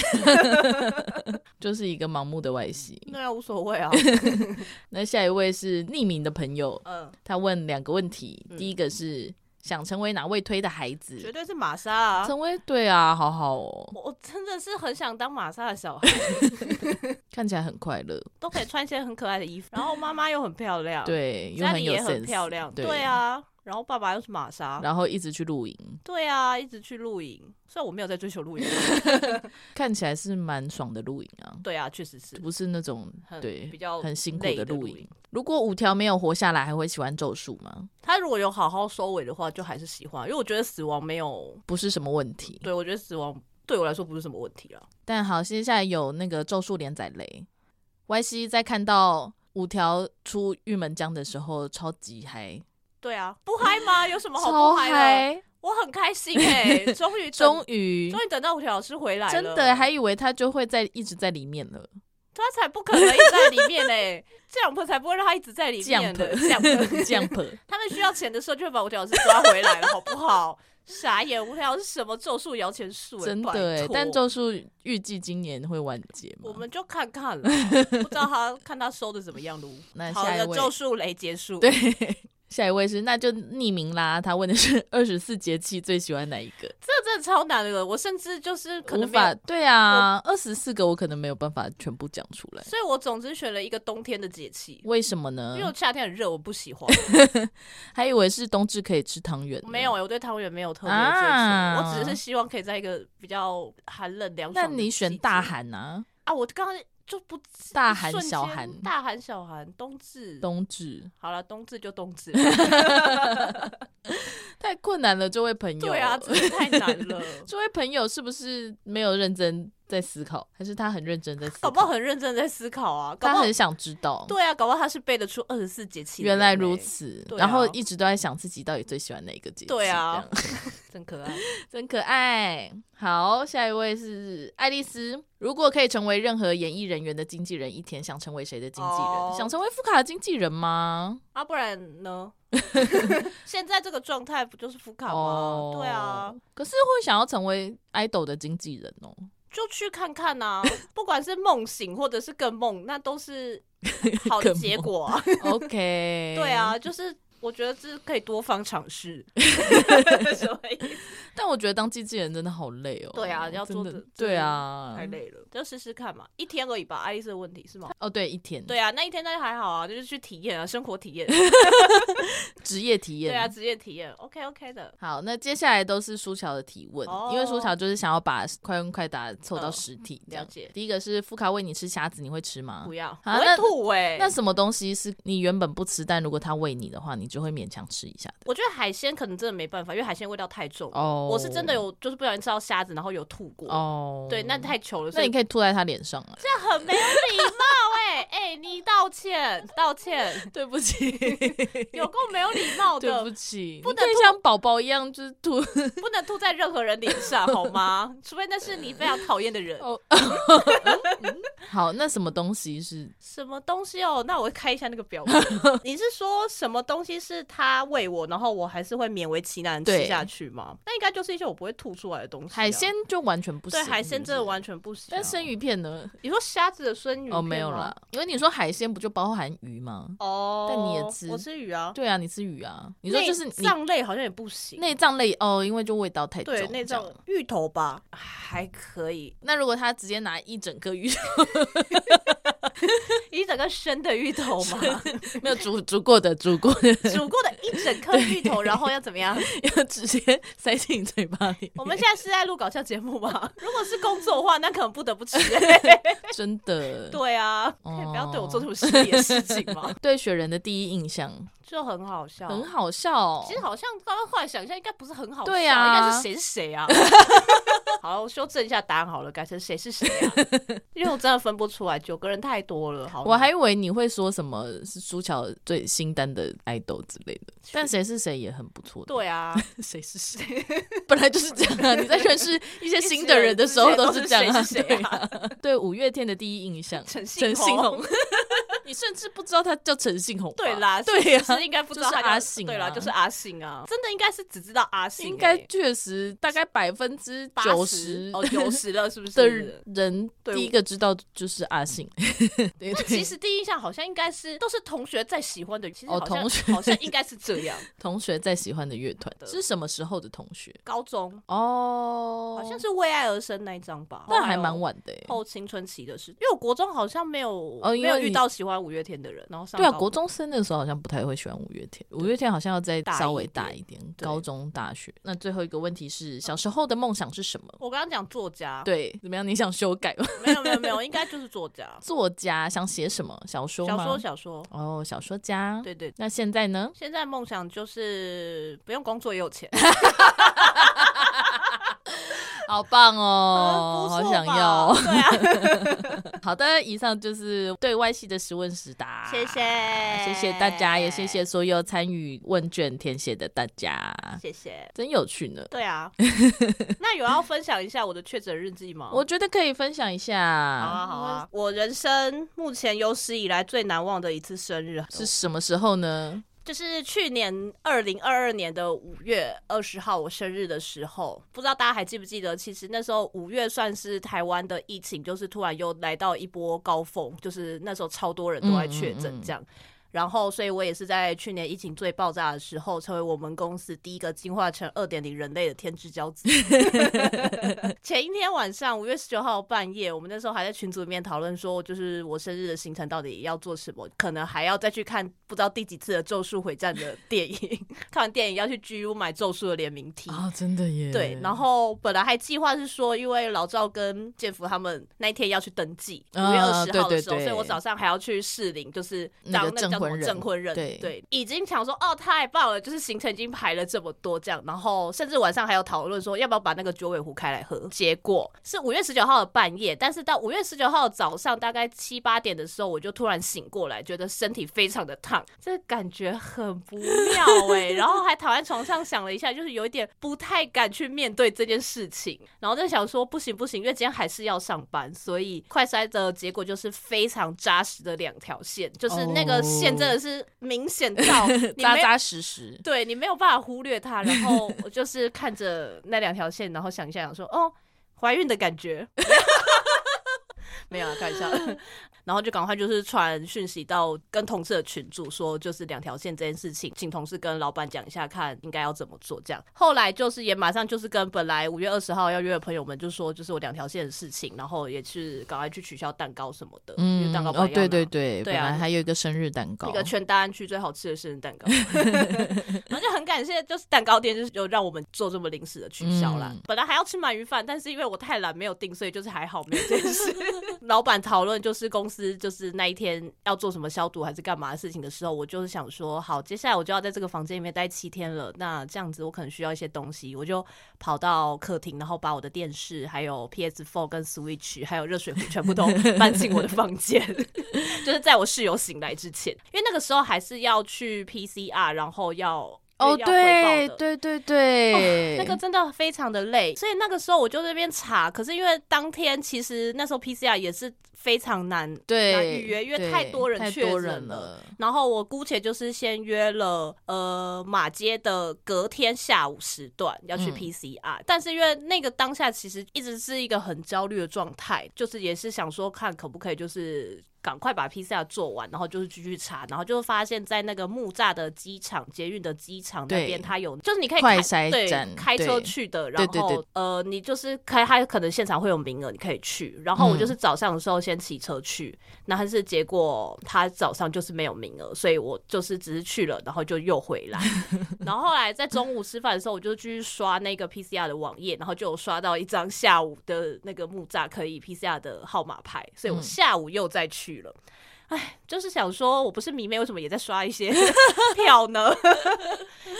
B: 就是一个盲目的外形。
A: 对啊，无所谓
B: <laughs>
A: 啊。
B: 那下一位是匿名的朋友，
A: 嗯，
B: 他问两个问题，
A: 嗯
B: 第一个是想成为哪位推的孩
A: 绝
B: 子？
A: 对是玛莎啊！
B: 成为对啊，好好哦，
A: 我真的是很想当玛莎的小
B: <laughs>
A: 孩，
B: 看起来很快乐，
A: 都可以穿一些很可爱的衣服，然后妈妈又很漂
B: 啊
A: 亮，，
B: 对，又
A: 家里
B: 有
A: 也
B: sense，
A: 很漂亮，
B: 对
A: 对。啊。然后爸爸又是玛莎，
B: 然后一直去露营，
A: 对啊，一直去露营。虽然我没有在追求
B: <laughs>
A: 露营，
B: 看起来是蛮爽的露营啊，
A: 对啊，确实是
B: 不是那种
A: 很
B: 对
A: 比较
B: 很辛苦
A: 累
B: 的
A: 的
B: 露
A: 营
B: 营。。如果五条没有活下来，还会喜欢咒术吗？
A: 他如果有好好收尾的话，就还是喜欢，因为我觉得死亡没有
B: 不是什么问题。
A: 对，我觉得死亡对我来说不是什么问题了。
B: 但好，接下来有那个咒术连载雷，Y C 在看到五条出玉门江的时候，超级嗨，
A: 对啊，不嗨吗？有什么好
B: 超
A: 不嗨的？
B: 嗨，
A: 我很开心哎、
B: <laughs>
A: 终于等
B: 终于
A: 终于等到五条老师回来了，
B: 真的还以为他就会在一直在里面了，
A: 他才不可能一直在里面
B: <laughs>
A: 嘞、这样 u 才不会让他一直 <laughs> 在里面的。这样
B: 这样 p <laughs>
A: 他们需要钱的时候就会把五条老师抓回来了，好不好？ <laughs> 傻眼，五条老师什么咒术摇钱树、欸？
B: 真
A: 拜
B: 的哎
A: 托，
B: 但咒术预计今年会完结
A: 我
B: 嘛？
A: 们就看看
B: <laughs>
A: 了，不知道他看他收的怎么样喽。
B: 那
A: 好
B: 下一
A: 的，
B: 位
A: 咒术雷结束。
B: 对， <laughs> 下一位是那就匿名啦，他问的是二十四节气最喜欢哪一个？
A: 这真的超难的，我甚至就是可
B: 无
A: 能没有
B: 法对啊，二十四个我可能没有办法全部讲出来，
A: 所以我总之选了一个冬天的节气，
B: 为什么呢
A: 因为？我夏天很热，我不喜欢。
B: <laughs> 还以为是冬至可以吃汤圆呢，
A: 没有、欸，我对汤圆没有特别的追求，
B: 啊
A: 我只是希望可以在一个比较寒冷凉爽的
B: 那
A: 季节。
B: 你选大寒啊？
A: 啊？我刚刚就不
B: 大寒
A: 一瞬间
B: 小寒
A: 大寒小寒，冬至。
B: 冬至
A: 好了，冬至就冬
B: <laughs>
A: 至。
B: 太困难了，这位朋友。
A: 对啊，真的太难了。
B: <laughs> 这位朋友是不是没有认真在思考，还是他很认真在思考？
A: 搞不好很认真地在思考啊，搞不
B: 他
A: 好
B: 很想知道。
A: 对啊，搞不好他是背得出二十四节气的
B: 原
A: 人欸。
B: 来如此，
A: 对啊
B: 然后一直都在想自己到底最喜欢哪一个节气。
A: 对啊
B: 这样
A: <laughs>
B: <laughs>
A: 真可爱。
B: 真可爱。好，下一位是爱丽丝。如果可以成为任何演艺人员的经纪人一天，想成为谁的经纪人？
A: 哦
B: 想成为富卡的经纪人吗？
A: 啊，不然
B: <laughs>
A: 呢？现在这个状态不就是福卡吗？对啊，，
B: 哦可是会想要成为 idol 的经纪人
A: <laughs>
B: 哦。
A: 就去看看
B: <laughs>
A: 呐、不管是梦醒或者是更梦，那都是好的
B: 更梦哎
A: 结果
B: <laughs>
A: 啊。
B: OK，
A: 对啊，就是我觉得这可以多方尝
B: <laughs>
A: 试。什么意思？
B: 但我觉得当经纪人真的好累哦。
A: 对啊要做
B: 真的
A: 的
B: 对啊，
A: 太累了，就试试看嘛，一天而已吧。爱丽丝的问题是吗？
B: 哦，对，一天
A: 对啊，那一天那就还好啊，就是去体验啊，生活体验。
B: 职业体验。
A: 对啊，职业体验，OK OK 的。
B: 好，那接下来都是舒乔的提问，
A: 哦
B: 因为舒乔就是想要把快问快答凑到
A: 嗯
B: 十题这样。
A: 了解
B: 第一个是富卡喂你吃虾子，你会吃吗
A: 不？要，我
B: 啊
A: 会
B: 那
A: 吐哎、
B: 那什么东西是你原本不吃，但如果他喂你的话，你就会勉强吃一下的？
A: 我觉得海鲜可能真的没办法，因为海鲜味道太重了。
B: 哦
A: 我是真的有，就是不小心吃到虾子，然后有吐过。
B: 哦，
A: 对，那太糗了。
B: 那
A: 所以
B: 你可以吐在他脸上
A: <laughs>
B: 啊。
A: 这很没有礼貌哎、 <laughs> 哎、你道歉道
B: <laughs>
A: 歉，
B: 对不起，
A: 有够没有礼貌
B: 对
A: 的
B: 不，起，
A: 不
B: 你
A: 能
B: 可以
A: 吐
B: 像宝宝一样，就是吐。
A: 不能吐在任何人脸上
B: <laughs>
A: 好吗？除非那是你非常讨厌的人。
B: 哦好，那什么东西是
A: <laughs> 什么东西哦？那我开一下那个
B: <laughs>
A: 表格。你是说什么东西是他喂我，然后我还是会勉为其难吃
B: 对
A: 下去吗？那应该就是一些我不会吐出来的东西啊、
B: 海鲜就完全不行？
A: 对海鲜真的
B: 是
A: 完全不行啊、
B: 不是。但生鱼片呢？
A: 你说虾子的生鱼
B: 哦，没
A: 片
B: 有
A: 吗
B: 啦，因为你说海鲜不就包含鱼吗？
A: 哦，
B: 但你也吃
A: 我吃鱼啊。
B: 对啊，你吃鱼啊？你说就是
A: 内
B: 你
A: 脏类好像也不行，
B: 内脏类哦，因为就味道太重。
A: 对内
B: 这样啊
A: 脏芋头吧还可以，
B: 那如果他直接拿一整颗鱼，
A: <laughs> 一整个生的芋头嘛，
B: <laughs> 没有煮煮过的，煮过的
A: 煮过的一整颗芋头，然后要怎么
B: <laughs>
A: 样？<laughs>
B: 要直接塞进嘴巴 <laughs> 里面。
A: 我们现在是在录搞笑节目吗？如果是工作的话，那可能不得不
B: <laughs>
A: 吃。
B: 真的
A: 对啊，
B: 哦
A: 可以不要对我做这
B: <laughs>
A: 种失礼的事情吗？
B: 对雪人的第一印象
A: 就很好笑，
B: 很好笑哦、
A: 其实好像刚刚后来想一下，应该不是很好笑，
B: 对啊
A: 应该是谁是谁
B: <laughs>
A: 啊？好，我修正一下答案好了，改成谁是谁
B: <laughs>
A: 啊？因为我真的分不出来，九个人太多了。好，
B: 我还以为你会说什么是苏乔最新单的爱豆之类的，但谁是谁也很不错的。
A: 对
B: <laughs>
A: 啊，
B: 谁是谁，本来就是这样
A: <laughs>
B: 啊！你在认识一些新的人的时候都是这样
A: 一直以来都是谁是谁啊
B: 对啊 <laughs> 对五月天的第一印象，
A: 陈
B: 陈
A: 信
B: 信
A: 宏 <laughs>
B: 宏， <laughs> 你甚至不知道他叫陈信宏吧，
A: 对啦，
B: 对呀、
A: 其实应该不知道他
B: 就是阿信啊
A: 对啦，就是阿信啊，真的应该是只知道阿信欸，
B: 应该确实大概百分之九十
A: 80哦九十了，是不
B: 的
A: 是？
B: 人
A: 对嗯
B: 第一个知道就是阿信。 <laughs> 对
A: <laughs> 但
B: 对，
A: 其实第一印象好像应该是都是同学在喜欢的，其实
B: 哦
A: 好像
B: 同学
A: 好像应该是这
B: <laughs>
A: 样，
B: 同学在喜欢的乐团是什么时候的同学？
A: 高中
B: 哦，
A: 好像是为爱而生那一张吧，
B: 但还蛮晚的欸。
A: 后青春期的事，因为我国中好像没有、
B: 哦因
A: 没
B: 为
A: 有
B: 你
A: 遇到喜欢五月天的人，然后上
B: 对啊，
A: 高
B: 国中生那个时候好像不太会喜欢五月天，五月天好像要再
A: 大
B: 稍
A: 一
B: 微
A: 点
B: 大一点，
A: 对嗯
B: 高中、大学。那最后一个问题是，小时候的梦想是什么？
A: 我刚刚讲作家，，
B: 对，怎么样？你想修改吗？，
A: 没有没有没有，应该就是作家
B: 作家想写什么？小 <laughs> 说
A: 小
B: 吗？
A: 说小说，
B: 哦，小说家。
A: 对啊对。
B: 那现在呢？
A: 现在梦想就是不用工作也有钱，
B: 好棒哦，
A: 啊不
B: 好
A: 错
B: 想
A: 吧
B: 要哦。
A: 对
B: <laughs>
A: 啊，
B: 好的，以上就是对外系的十问十答，
A: 谢谢
B: 谢谢大家，也谢谢所有参与问卷填写的大家，
A: 谢谢。
B: 真有趣呢。
A: 对
B: <laughs>
A: 啊，那有要分享一下我的确诊日记吗？
B: 我觉得可以分享一下，
A: 好啊好啊，我人生目前有史以来最难忘的一次生日
B: 是什么时候呢？
A: 就是去年二零二二年的五月二十号，我生日的时候，不知道大家还记不记得？其实那时候五月算是台湾的疫情，就是突然又来到一波高峰，就是那时候超多人都在确诊这样。然后，所以我也是在去年疫情最爆炸的时候，成为我们公司第一个进化成二点零人类的天之骄子。前一天晚上，五月十九号半夜，我们那时候还在群组里面讨论说，就是我生日的行程到底要做什么，可能还要再去看不知道第几次的《咒术回战》的电影， <laughs> 看完电影要去 GU 买《咒术》的联名 T。
B: 啊、真的耶！
A: 对，
B: <laughs>
A: 然后本来还计划是说，因为老赵跟建福他们那一天要去登记，五、
B: 啊
A: 月二十号的时候，
B: 对对对
A: 所以我早上还要去士林，就是
B: 那
A: 当那个
B: 个
A: 叫什
B: 证婚
A: 么
B: 人
A: 证婚人，
B: 对
A: 已经想说哦太棒了，就是行程已经排了这么多这样，然后甚至晚上还有讨论说要不要把那个九尾狐开来喝，结果是五月十九号的半夜，但是到五月十九号的早上大概七八点的时候，我就突然醒过来，觉得身体非常的烫，这感觉很不妙哎、然后还躺在床上想了一下，就是有一点不太敢去面对这件事情，然后在想说不行不行，因为今天还是要上班，所以快筛的结果就是非常扎实的两条线，就是那个线真的是明显
B: <laughs>
A: 到你
B: 扎
A: 没有。
B: 扎实实，
A: 对你没有办法忽略它，然后我就是看着那两条线，然后想一下，想说哦，怀孕的感觉， <laughs> 没有啊，看一下， <laughs> 然后就赶快就是传讯息到跟同事的群组说，就是两条线这件事情，请同事跟老板讲一下，看应该要怎么做这样。后来就是也马上就是跟本来五月二十号要约的朋友们就说，就是我两条线的事情，然后也去赶快去取消蛋糕什么的，因为蛋糕本
B: 哦，
A: 来要拿
B: 对对对，
A: 对
B: 本
A: 啊
B: 来还有一个生日蛋糕
A: 一，个全大安区最好吃的生日
B: <laughs>
A: 蛋糕， <laughs> 然后就很感谢，就是蛋糕店就是有让我们做这么临时的取消啦。
B: 嗯
A: 本来还要吃鳗鱼饭，但是因为我太懒没有订，所以就是还好没有这件事。老板讨论就是公司就是那一天要做什么消毒还是干嘛的事情的时候，我就是想说，好，接下来我就要在这个房间里面待七天了，那这样子我可能需要一些东西，我就跑到客厅，然后把我的电视、还有 PS4 跟 Switch 还有热水壶全部都搬进我的房间。就是在我室友醒来之前，因为那个时候还是要去 PCR，然后要
B: 哦，
A: 要汇
B: 对
A: 报的。哦
B: 对对对，
A: 那个真的非常的累，所以那个时候我就在那边查，可是因为当天其实那时候 PCR 也是非常难，那
B: 对
A: 预约因为
B: 对
A: 太多人
B: 太
A: 确
B: 多
A: 诊
B: 人
A: 了
B: 了，
A: 然后我姑且就是先约了呃马街的隔天下午时段要去
B: 嗯
A: PCR，、但是因为那个当下其实一直是一个很焦虑的状态，就是也是想说看可不可以就是。赶快把 PCR 做完，然后就是继续查，然后就发现，在那个木栅的机场、捷运的机场那
B: 对
A: 边，它有就是你可以
B: 快
A: 开
B: 筛
A: 对
B: 站
A: 开车
B: 对
A: 去的，然
B: 对
A: 后
B: 对对
A: 呃，你就是开，它可能现场会有名额，你可以去。然后我
B: 嗯
A: 就是早上的时候先骑车去，那但是结果他早上就是没有名额，所以我就是只是去了，然后就又回来。然后后来在中午吃饭的时候，我就去刷那个 PCR 的网页，然后就有刷到一张下午的那个木栅可以 PCR 的号码牌，所以我下午又再去了。哎，就是想说，我不是迷妹，为什么也在刷一些票呢？ <laughs>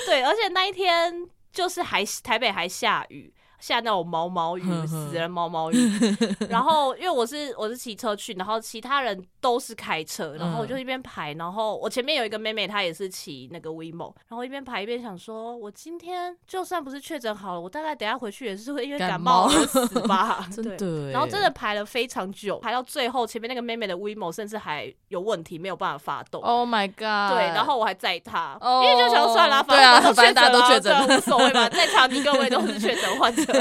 A: 对，而且那一天就是还台北还下雨，下那种毛毛雨，
B: 哼哼
A: 死人毛毛雨。然后因为我是我是骑车去，然后其他人都是开车，然后我就一边排，然后我前面有一个妹妹，她也是骑那个 WeMo，然后一边排一边想说，我今天就算不是确诊好了，我大概等一下回去也是会因为
B: 感
A: 感冒
B: 冒，
A: 而死吧
B: <laughs> 真
A: 对
B: 的耶，
A: 然后真的排了非常久，排到最后，前面那个妹妹的 WeMo 甚至还有问题，没有办法发动。
B: ，Oh my God，
A: 对，然后我还载她
B: 哦
A: 因为就想说算了，
B: 对啊
A: 反正都确诊
B: 反正大
A: 啊
B: 家都确诊
A: 对啊无所谓
B: <laughs>
A: 嘛，在场你各位都是确诊患者 <laughs> 啊、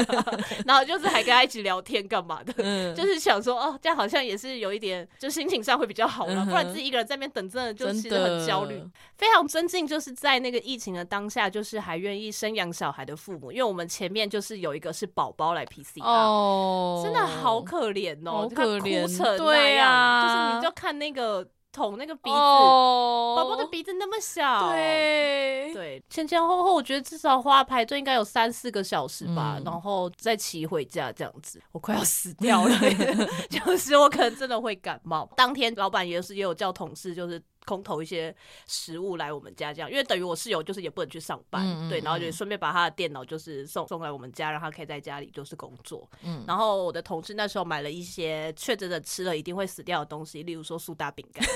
A: 然后就是还跟她一起聊天干嘛的。
B: 嗯
A: 就是想说，哦，这样好像也是有一点，就心情上会比较好
B: 嗯
A: 了，
B: 哼
A: 不然自己一个人在那边等，真的就
B: 真
A: 其实很焦虑。
B: 的
A: 非常尊敬，就是在那个疫情的当下，就是还愿意生养小孩的父母，因为我们前面就是有一个是宝宝来 PCR，、
B: 哦，
A: 真的好可怜哦，
B: 好可怜
A: 他哭成那
B: 对
A: 样，
B: 啊
A: 就是你就看那个捅那个鼻子，
B: 哦，
A: 宝宝、的鼻子那么小，。
B: 对。
A: 对，前前后后我觉得至少花排队应该有三四个小时吧，
B: 嗯
A: 然后再骑回家这样子，我快要死掉了， <laughs> 就是我可能真的会感冒。当天老板也是也有叫同事就是。空投一些食物来我们家，这样，因为等于我室友就是也不能去上班，
B: 嗯嗯
A: 对，然后
B: 嗯
A: 就顺便把他的电脑就是送送来我们家，让他可以在家里就是工作。
B: 嗯
A: 然后我的同事那时候买了一些确诊者吃了一定会死掉的东西，例如说苏打饼干。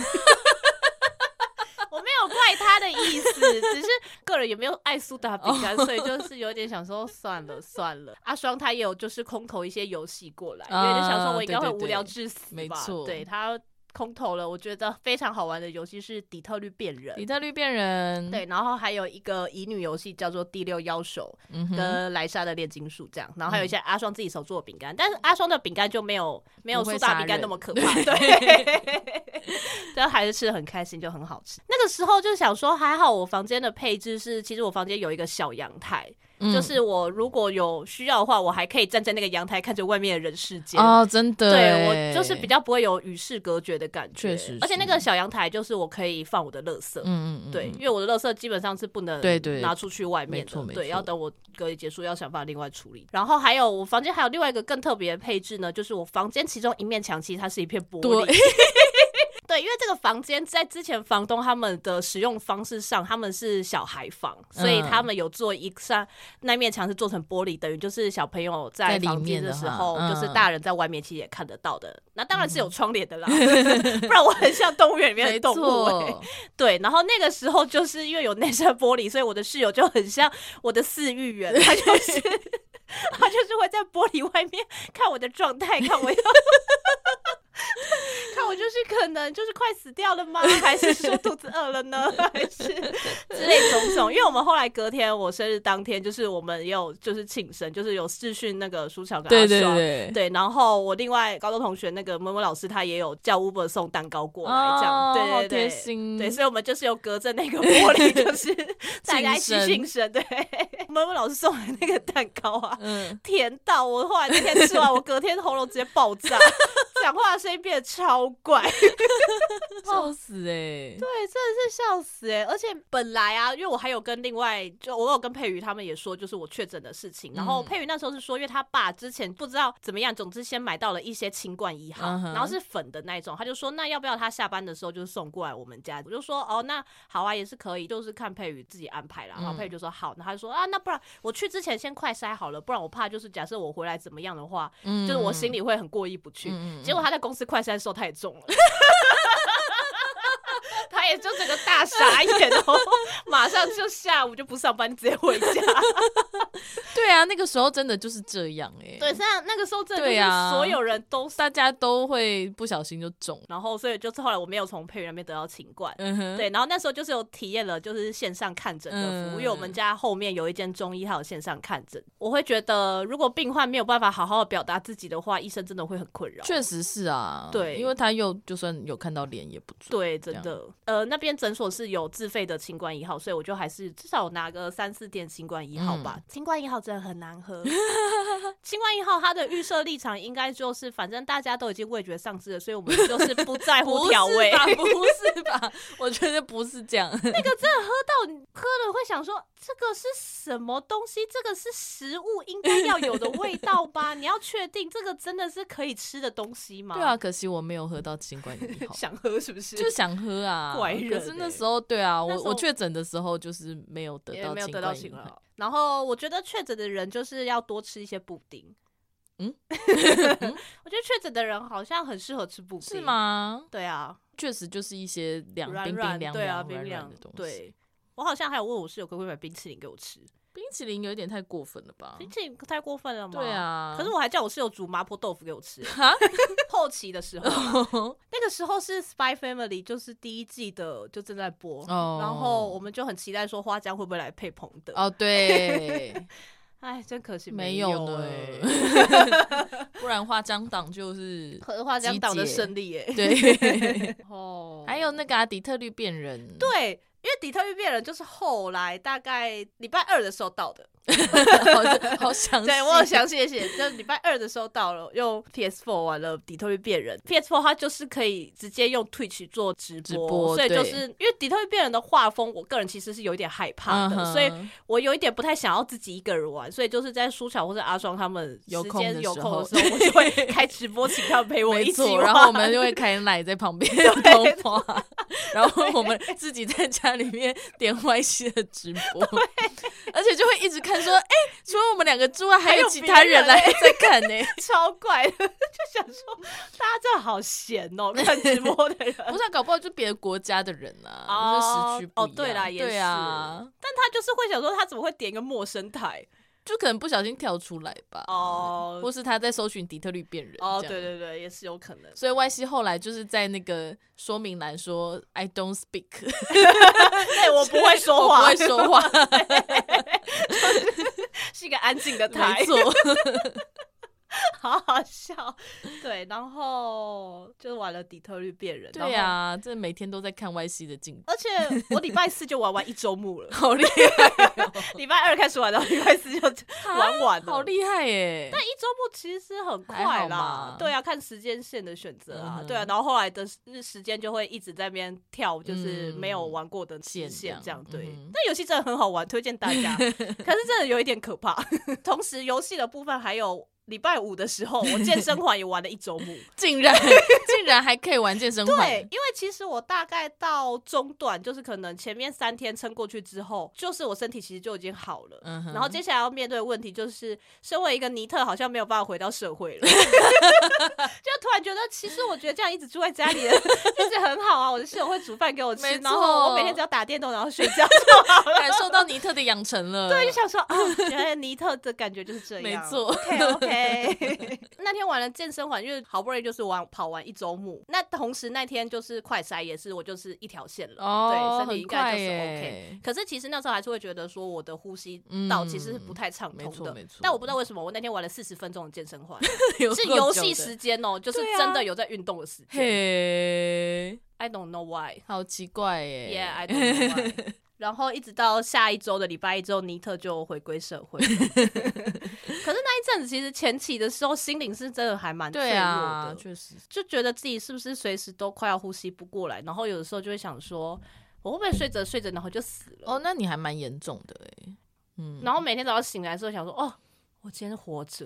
A: 我没有怪他的意思，只是个人也没有爱苏打饼干，所以就是有点想
B: 哦
A: 说算了算了。阿双他也有就是空投一些游戏过来，因为就想说我应该会
B: 啊对对对
A: 无聊致死吧，
B: 没错
A: 对他空投了，我觉得非常好玩的游戏是底特律变
B: 底
A: 人。
B: 特律变人，
A: 对，然后还有一个乙女游戏叫做《第六妖手》，
B: 嗯哼，嗯
A: 跟莱莎的炼金术这样，然后还有一些阿双自己手做的饼干，但是阿双的饼干就没有没有
B: 不会
A: 苏
B: 杀
A: 打饼干那么
B: <laughs>
A: 可怕，对， <laughs> 但还是吃的很开心，就很好吃。那个时候就想说，还好我房间的配置是，其实我房间有一个小阳台，
B: 嗯
A: 就是我如果有需要的话，我还可以站在那个阳台看着外面的人世间。
B: 哦，真的欸
A: 对
B: 耶，
A: 我就是比较不会有与世隔绝的感觉，
B: 确实
A: 而且那
B: 是
A: 个小阳台就是我可以放我的垃圾，
B: 嗯嗯嗯，
A: 对，
B: 嗯
A: 因为我的垃圾基本上是不能
B: 对对
A: 拿出去外面
B: 没错
A: 的，
B: 没
A: 对，
B: 错
A: 要等我隔离结束，要想办法另外处理。然后还有我房间还有另外一个更特别的配置呢，就是我房间其中一面墙其实它是一片玻璃。
B: 对
A: <laughs> 对，因为这个房间在之前房东他们的使用方式上，他们是小孩房，所以
B: 嗯
A: 他们有做一扇那面墙是做成玻璃，等于就是小朋友在
B: 在里
A: 房间
B: 面的
A: 的时
B: 哈
A: 候，就是
B: 嗯
A: 大人在外面其实也看得到的。那当然是有窗帘的啦， <laughs> 不然我很像动物园里面
B: 没
A: 的动物、欸。
B: 错，
A: 对，然后那个时候就是因为有那扇玻璃，所以我的室友就很像我的饲育员，他就是 <laughs> 他就是会在玻璃外面看我的状态，看我要看我就是可能就是快死掉了吗？还是说肚子饿了呢？ <laughs> 还是之类种种？因为我们后来隔天我生日当天，就是我们也有就是请神，就是有视讯那个舒乔跟
B: 对
A: 阿
B: 对
A: 双。
B: 对，
A: 对，然后我另外高中同学那个某某老师，他也有叫 Uber 送蛋糕过来，这样、
B: 哦
A: 对
B: 好
A: 对对，
B: 贴心，
A: 对，所以我们就是有隔着那个玻璃，就是
B: <laughs>
A: 大家一起
B: 庆
A: 庆生。对，我们老师送的那个蛋糕啊，
B: 嗯，
A: 甜到我后来那天吃完，我隔天喉咙直接爆炸， <laughs> 讲话声音变得超怪，对，哦
B: 笑死哎，
A: 真的是笑死哎、而且本来啊，因为我还有跟另外，就我有跟佩瑜他们也说，就是我确诊的事情。然后
B: 嗯
A: 佩瑜那时候是说，因为他爸之前不知道怎么样，总之先买到了一些清冠一号，
B: 嗯哼
A: 然后是粉的那一种，他就说那要不要他下班的时候就送过来我们家？我就说哦，那好啊，也是可以，就是看佩宇自己安排啦。然后
B: 嗯
A: 佩宇就说好，然后他就说啊，那不然我去之前先快筛好了，不然我怕就是假设我回来怎么样的话，
B: 嗯
A: 就是我心里会很过意不去。
B: 嗯嗯嗯
A: 结果他在公司快筛的时候他也中了。 <laughs> 他也就整个大傻眼，然后马上就下午就不上班，直接回家。
B: 对啊，那个时候真的就是这样哎，
A: <laughs> 对，，那那个时候真的就
B: 对啊
A: 是所有人都是，
B: 大家都会不小心就中了，
A: 然后所以就是后来我没有从佩宇那边得到情冠，
B: 嗯哼，
A: 对，然后那时候就是有体验了，就是线上看诊的服务，因为我们
B: 嗯
A: 家后面有一间中医，还有线上看诊。我会觉得，如果病患没有办法好好的表达自己的话，医生真的会很困扰。
B: 确实是啊，
A: 对
B: 因为他又就算有看到脸也不准，
A: 对，真
B: 这
A: 的，呃，呃，那边诊所是有自费的清冠一号，所以我就还是至少拿个三四店清冠一号吧。清冠一号真的很难 <laughs> 喝，嗯清冠一号它的预设立场应该就是，反正大家都已经味觉丧失了，所以我们就是不在乎调味。 <laughs>
B: 不是吧？不是吧？我觉得不是这样。那个
A: 到你喝了会想说，这个是什么东西？这个是食物应该要有的味道吧？ <laughs> 你要确定这个真的是可以吃的东西吗？<laughs>
B: 对啊，，可惜我没有喝到新冠一号，
A: 想喝是不是？
B: 就想喝啊。
A: <laughs> 怪人
B: 可是那
A: 欸
B: 时候，对啊，
A: 那
B: 我
A: 时候
B: 我确诊的时候就是没有得
A: 也
B: 到
A: 没有
B: 新
A: 得到
B: 冠一
A: 请
B: 号。
A: 了。然后我觉得确诊的人就是要多吃一些布丁。 <laughs>
B: 嗯
A: 我觉得确诊的人好像很适合吃布丁，
B: 是？吗？
A: 对啊，
B: 确实就是一些凉
A: 软
B: 冰
A: 软
B: 冰凉
A: 对啊，
B: 凉
A: 冰
B: 软
A: 凉
B: 软的东西。，
A: 对。我好像还有问我室友可不可以买冰淇淋给我吃，
B: 冰淇淋有点太过分了吧
A: 冰？淇淋太过分了吗？
B: 啊对。啊，
A: 可是我还叫我室友煮麻婆豆腐给我吃
B: 哈，
A: <laughs> 后期的时候啊，
B: <laughs>
A: 那个时候是《Spy Family》就是第一季的就正在播，
B: 哦
A: 然后我们就很期待说花江会不会来配彭德，
B: 哦，对， <laughs>
A: 哎，真可惜
B: 没
A: 有欸
B: 有呢
A: 哎，
B: <laughs> 不然话张党
A: <laughs>
B: 就是
A: 可是花江岛的胜利
B: <laughs>
A: 耶、
B: 对，
A: 哦
B: 还有那个、啊、底特律变人，
A: 对，因为底特律变人就是后来大概礼拜二的时候到的，
B: 对， <laughs> 好想，
A: 对我有详细的写，就是礼拜二的时候到了，用 PS4 玩了底特律变人，PS4 它就是可以直接用 Twitch 做直播，
B: 直播
A: 所以就
B: 对
A: 是因为底特律变人的画风，我个人其实是有一点害怕
B: 嗯
A: 的，
B: 哼
A: 所以我有一点不太想要自己一个人玩，所以就是在舒乔或者阿双他们
B: 有
A: 时
B: 空
A: 间
B: 的
A: 有
B: 时
A: 空的
B: 候
A: 时候，我
B: <laughs>
A: 就会开直播，请他们陪我
B: 没
A: 一起
B: 错，
A: 玩，
B: 然后我们就会开奶在旁边偷 <laughs> 花，然后我们自己在家里面点 Y C 的直播，而且就会一直看说，哎、除了我们两个之外，还
A: 有
B: 有其他
A: 别人欸
B: 人来在看呢、
A: <laughs> 超怪的， <laughs> 就想说大家真的好闲哦、看直播的 <laughs> 人。
B: 不是啊、搞不好就别的国家的人啊，
A: 哦
B: 就是时区不
A: 哦
B: 一样
A: 对啦也
B: 对啊，
A: 但他就是会想说，他怎么会点一个陌生台？
B: 就可能不小心跳出来吧，
A: 哦
B: 或是他在搜寻底特律
A: <laughs>
B: 变人，
A: 哦，
B: 这样
A: 对。对对，也是有可能。
B: 所以 Y C 后来就是在那个说明栏说 I don't speak，
A: 对，我不会说
B: 我不
A: 话，
B: 会说话，
A: 是一个安静的 <laughs> 台 <laughs>
B: 没，错。
A: 好好笑。对，然后就玩了底特律变人。
B: 对
A: 呀、
B: 啊，这每天都在看 Y C 的进，
A: 而且我礼拜四就玩完一周目了 <laughs>
B: 好厉害，
A: 礼拜二开始玩到礼拜四就玩完了，
B: 好厉害耶！
A: 但一周目其实很
B: 还
A: 快
B: 好
A: 啦
B: 嘛，
A: 对啊，看时间线的选择啊
B: 嗯，哼
A: 对啊，然后后来的时时间就会一直在那边跳，就是
B: 嗯
A: 没有玩过的
B: 线
A: 线线
B: 这
A: 这
B: 样
A: 样对
B: 嗯哼。
A: 但游戏真的很好玩，推荐大
B: <laughs>
A: 家，可是真的有一点可怕。同时，游戏的部分还有。礼拜五的时候，我健身环也玩了一周
B: <laughs>
A: 目。
B: 竟然竟然还可以玩健身环，
A: 对，因为其实我大概到中段，就是可能前面三天撑过去之后，就是我身体其实就已经好了。
B: 嗯哼
A: 然后接下来要面对的问题就是，身为一个尼特，好像没有办法回到社会 <laughs> 了，就突然觉得，其实我觉得这样一直住在家里，其实很好啊。我的室友会煮饭给我吃
B: 没，错
A: 然后我每天只要打电动，然后睡觉就好了。
B: 感受到尼特的养成 <laughs> 了。
A: 对，就想说啊，原来尼特的感觉就是这样。
B: 没错
A: <laughs> OK OK。那 <laughs> 天玩了健身环，因为好不容易就是玩跑完一周目，那同时那天就是快筛也是我就是一条线了，
B: 哦，
A: 对，身体应该就是 OK。
B: 很快耶
A: 可是其实那时候还是会觉得说我的呼吸
B: 嗯
A: 道其实是不太畅
B: 没
A: 通
B: 错
A: 的，
B: 没错
A: 但我不知道为什么我那天玩了四十分钟的健身
B: <laughs>
A: 环，
B: 有
A: 是
B: 够
A: 游
B: 久
A: 戏
B: 的
A: 时间哦，就是
B: 对啊
A: 真的有在运动的时间。
B: 嘿，
A: I don't know why,
B: 好奇怪
A: yeah,
B: 耶！ <laughs>
A: I don't know why。然后一直到下一周的礼拜一之后，尼特就回归社
B: <laughs>
A: 会了。可是那一阵子，其实前期的时候，心灵是真的还蛮脆
B: 对
A: 弱的。
B: 啊，确实，
A: 就觉得自己是不是随时都快要呼吸不过来，然后有的时候就会想说，我会不会睡着睡着然后就死了？
B: 哦，那你还蛮严重的哎，嗯，
A: 然后每天早上醒来之后想说，哦，我今天活
B: <laughs>
A: 着，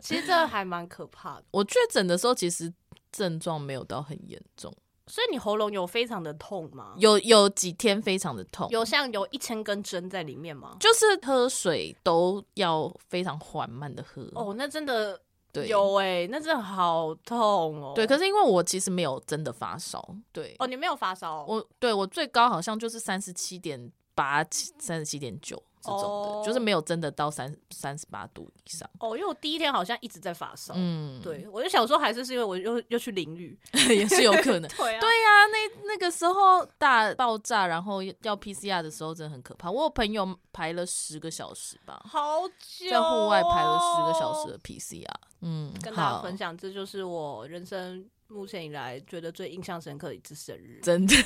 A: 其实这还蛮可怕的。
B: 我确诊的时候其实症状没有到很严重，
A: 所以你喉咙有非常的痛吗？
B: 有有几天非常的痛，
A: 哦有像有一千根针在里面吗？
B: 就是喝水都要非常缓慢的喝。
A: 哦，那真的
B: 对，
A: 有哎、那真的好痛哦。
B: 对，可是因为我其实没有真的发烧，对，
A: 哦，你没有发烧哦、
B: 我对我最高好像就是三十七点八、三十七点九这种的，
A: 哦
B: 就是没有真的到三三十八度以上。
A: 哦，因为我第一天好像一直在发烧。
B: 嗯，，
A: 哦对，我就想说，还是是因为我又又去淋雨，
B: <laughs> 也是有
A: <laughs>
B: 可能。
A: 对啊
B: <laughs> 对呀、那那个时候大爆炸，然后要 PCR 的时候真的很可怕。我有朋友排了十个小时吧，
A: 好久、哦
B: 在户外排了十个小时。的 PCR。嗯，
A: 跟大家
B: 好
A: 分享，这就是我人生目前以来觉得最印象深刻的一次生日。
B: 真的，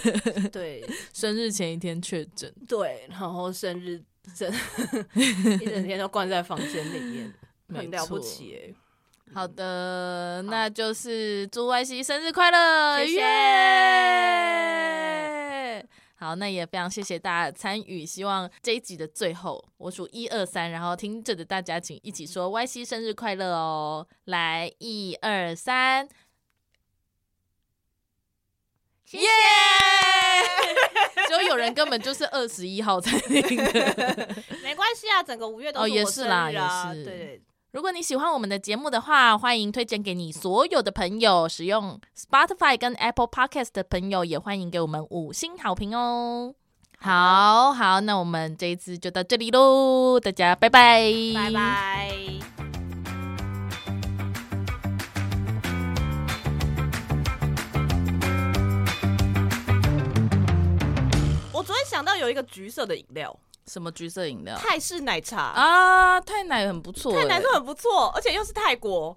A: 对
B: 生日前一天确诊，
A: 对，然后生 <laughs> 日整一整天都关在房间里面，
B: 没
A: 很了不
B: 错
A: 起哎、
B: 好的，那就是祝歪西生日快乐，
A: 谢谢
B: 耶！好，那也非常谢谢大家的参与，希望这一集的最后，我数一二三，然后听着的大家请一起说歪西生日快乐哦！来，一二三，
A: 谢
B: 耶！ <laughs> 就有人根本就是二十一号才听的。
A: 没关系啊，整个五月都
B: 哦
A: 是
B: 也
A: 我
B: 是
A: 生
B: 啦
A: 日
B: 也
A: 啊
B: 是
A: 对，
B: 如果你喜欢我们的节目的话，欢迎推荐给你所有的朋友。使用 Spotify 跟 Apple Podcast 的朋友，也欢迎给我们五星好评哦。好好，那我们这一次就到这里喽，大家拜拜，
A: 拜。拜。我昨天想到有一个橘色的饮料，
B: 什么橘色饮料
A: 泰式奶茶，
B: 啊？太奶很不错欸，
A: 泰奶是很不错，而且又是泰国，